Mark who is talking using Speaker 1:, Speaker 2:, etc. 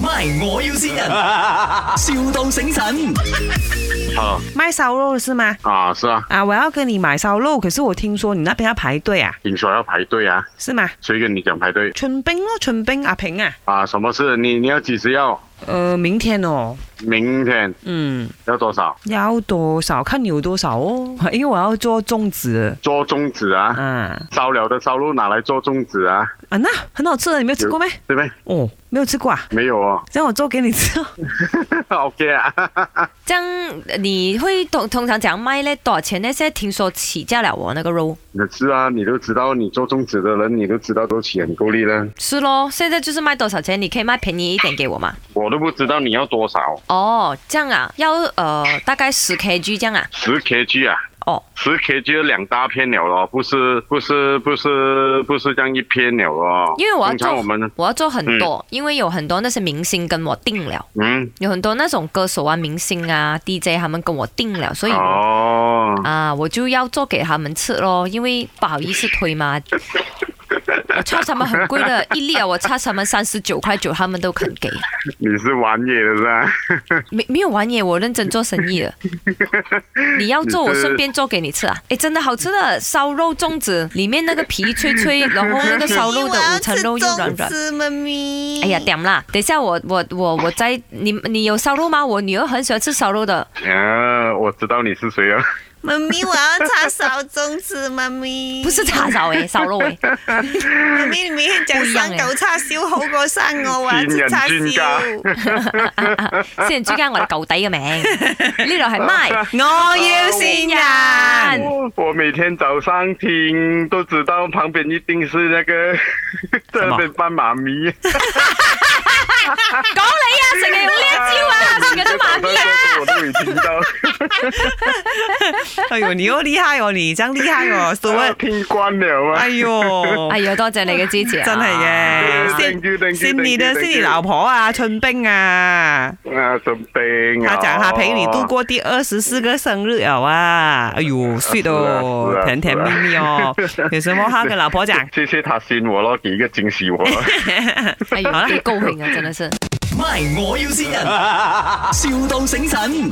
Speaker 1: My，我要先人，, 笑到醒神。
Speaker 2: 啊
Speaker 3: 卖烧肉是吗？
Speaker 2: 啊，是啊，
Speaker 3: 啊，我要跟你买烧肉，可是我听说你那边要排队啊，
Speaker 2: 听说要排队啊，
Speaker 3: 是吗？
Speaker 2: 谁跟你讲排队
Speaker 3: 春冰哦，春冰阿平啊，
Speaker 2: 啊？什么事？你你要几时要？
Speaker 3: 呃，明天哦，
Speaker 2: 明天
Speaker 3: 嗯，
Speaker 2: 要多少？
Speaker 3: 要多少看你有多少哦，因为我要做粽子，
Speaker 2: 做粽子啊，
Speaker 4: 嗯
Speaker 3: 啊
Speaker 2: 烧了的烧肉拿来做粽子啊，
Speaker 3: 啊，那很好吃的，你没有吃过没？
Speaker 2: 对不对？
Speaker 3: 哦，没有吃过啊，
Speaker 2: 没有哦
Speaker 3: 让我做给你吃 哦。
Speaker 2: ，OK 啊，
Speaker 4: 这样你会通通常讲卖嘞多少钱呢？现在听说起价了哦，那个肉
Speaker 2: 你是啊，你都知道，你做粽子的人，你都知道多钱够力了，
Speaker 4: 是咯，现在就是卖多少钱？你可以卖便宜一点给我吗？
Speaker 2: 我都不知道你要多少，
Speaker 4: 哦，这样啊，要呃大概十 kg 这样啊。
Speaker 2: 十 kg 啊。
Speaker 4: 哦，
Speaker 2: 十 kg 两大片了咯，不是不是不是不是这样一片了哦。
Speaker 4: 因为我要
Speaker 2: 通常
Speaker 4: 做
Speaker 2: 我们
Speaker 4: 我要做很多，因为有很多那些明星跟我订了，
Speaker 2: 嗯
Speaker 4: 有很多那种歌手啊、明星啊、DJ 他们跟我订了，所以我
Speaker 2: 哦，
Speaker 4: 啊，我就要做给他们吃咯，因为不好意思 推嘛。我差他们很贵的，一粒啊，我差他们三十九块九，他们都肯给。
Speaker 2: 你是玩野的是吧？
Speaker 4: 没没有玩耶，我认真做生 意的。你要做，
Speaker 2: 你
Speaker 4: 我
Speaker 2: 是
Speaker 4: 顺便做给你吃啊！诶，真的好吃的烧肉粽子，里面那个皮脆脆，然后那个烧肉的五层肉又软软。
Speaker 5: 是妈咪。
Speaker 4: 哎呀，点啦！等一下我我我我在你你有烧肉吗？我女儿很喜欢吃烧肉的。
Speaker 2: 啊，我知道你是谁啊了。
Speaker 5: 妈咪，我要叉烧粽子，妈咪。
Speaker 4: 不是，叉烧诶，烧肉诶，
Speaker 5: 妈咪，你每天讲
Speaker 4: 欸
Speaker 5: 生狗叉烧好過生我，我要吃叉
Speaker 2: 天人專家
Speaker 5: 燒。
Speaker 4: 先之間我哋舊底嘅名，呢度係 My，
Speaker 3: 我要先
Speaker 4: 先人
Speaker 3: 人。
Speaker 2: 我每天早上听都知道，旁边一定是那个这边斑马迷。
Speaker 4: 講你啊，成日用呢一 招啊，成日都麻痹啊！
Speaker 2: 我都已听到，
Speaker 3: 哎呦，你又厉害哦，你真厉害 哦，所
Speaker 2: 我
Speaker 3: 谓，
Speaker 2: 听惯了啊
Speaker 3: 哎。呦，
Speaker 4: 哎呀，多謝你嘅支持啊，
Speaker 3: 真係嘅，
Speaker 2: Thank you, thank you,
Speaker 3: 是你的，
Speaker 2: thank you,
Speaker 3: 是你
Speaker 2: thank you
Speaker 3: 老婆啊，春冰啊。
Speaker 2: 啊，生病啊！
Speaker 3: 他讲他陪你度过第二十四个生日了啊！哎呦，sweet
Speaker 2: 是
Speaker 3: 哦
Speaker 2: 啊是，啊
Speaker 3: 甜甜蜜 蜜哦。有什么话跟老婆讲？
Speaker 2: 谢谢他信我咯，给一个惊喜我咯。
Speaker 4: 哎呀，幾高興啊，真的是。
Speaker 1: My，我要先人，,笑到醒神。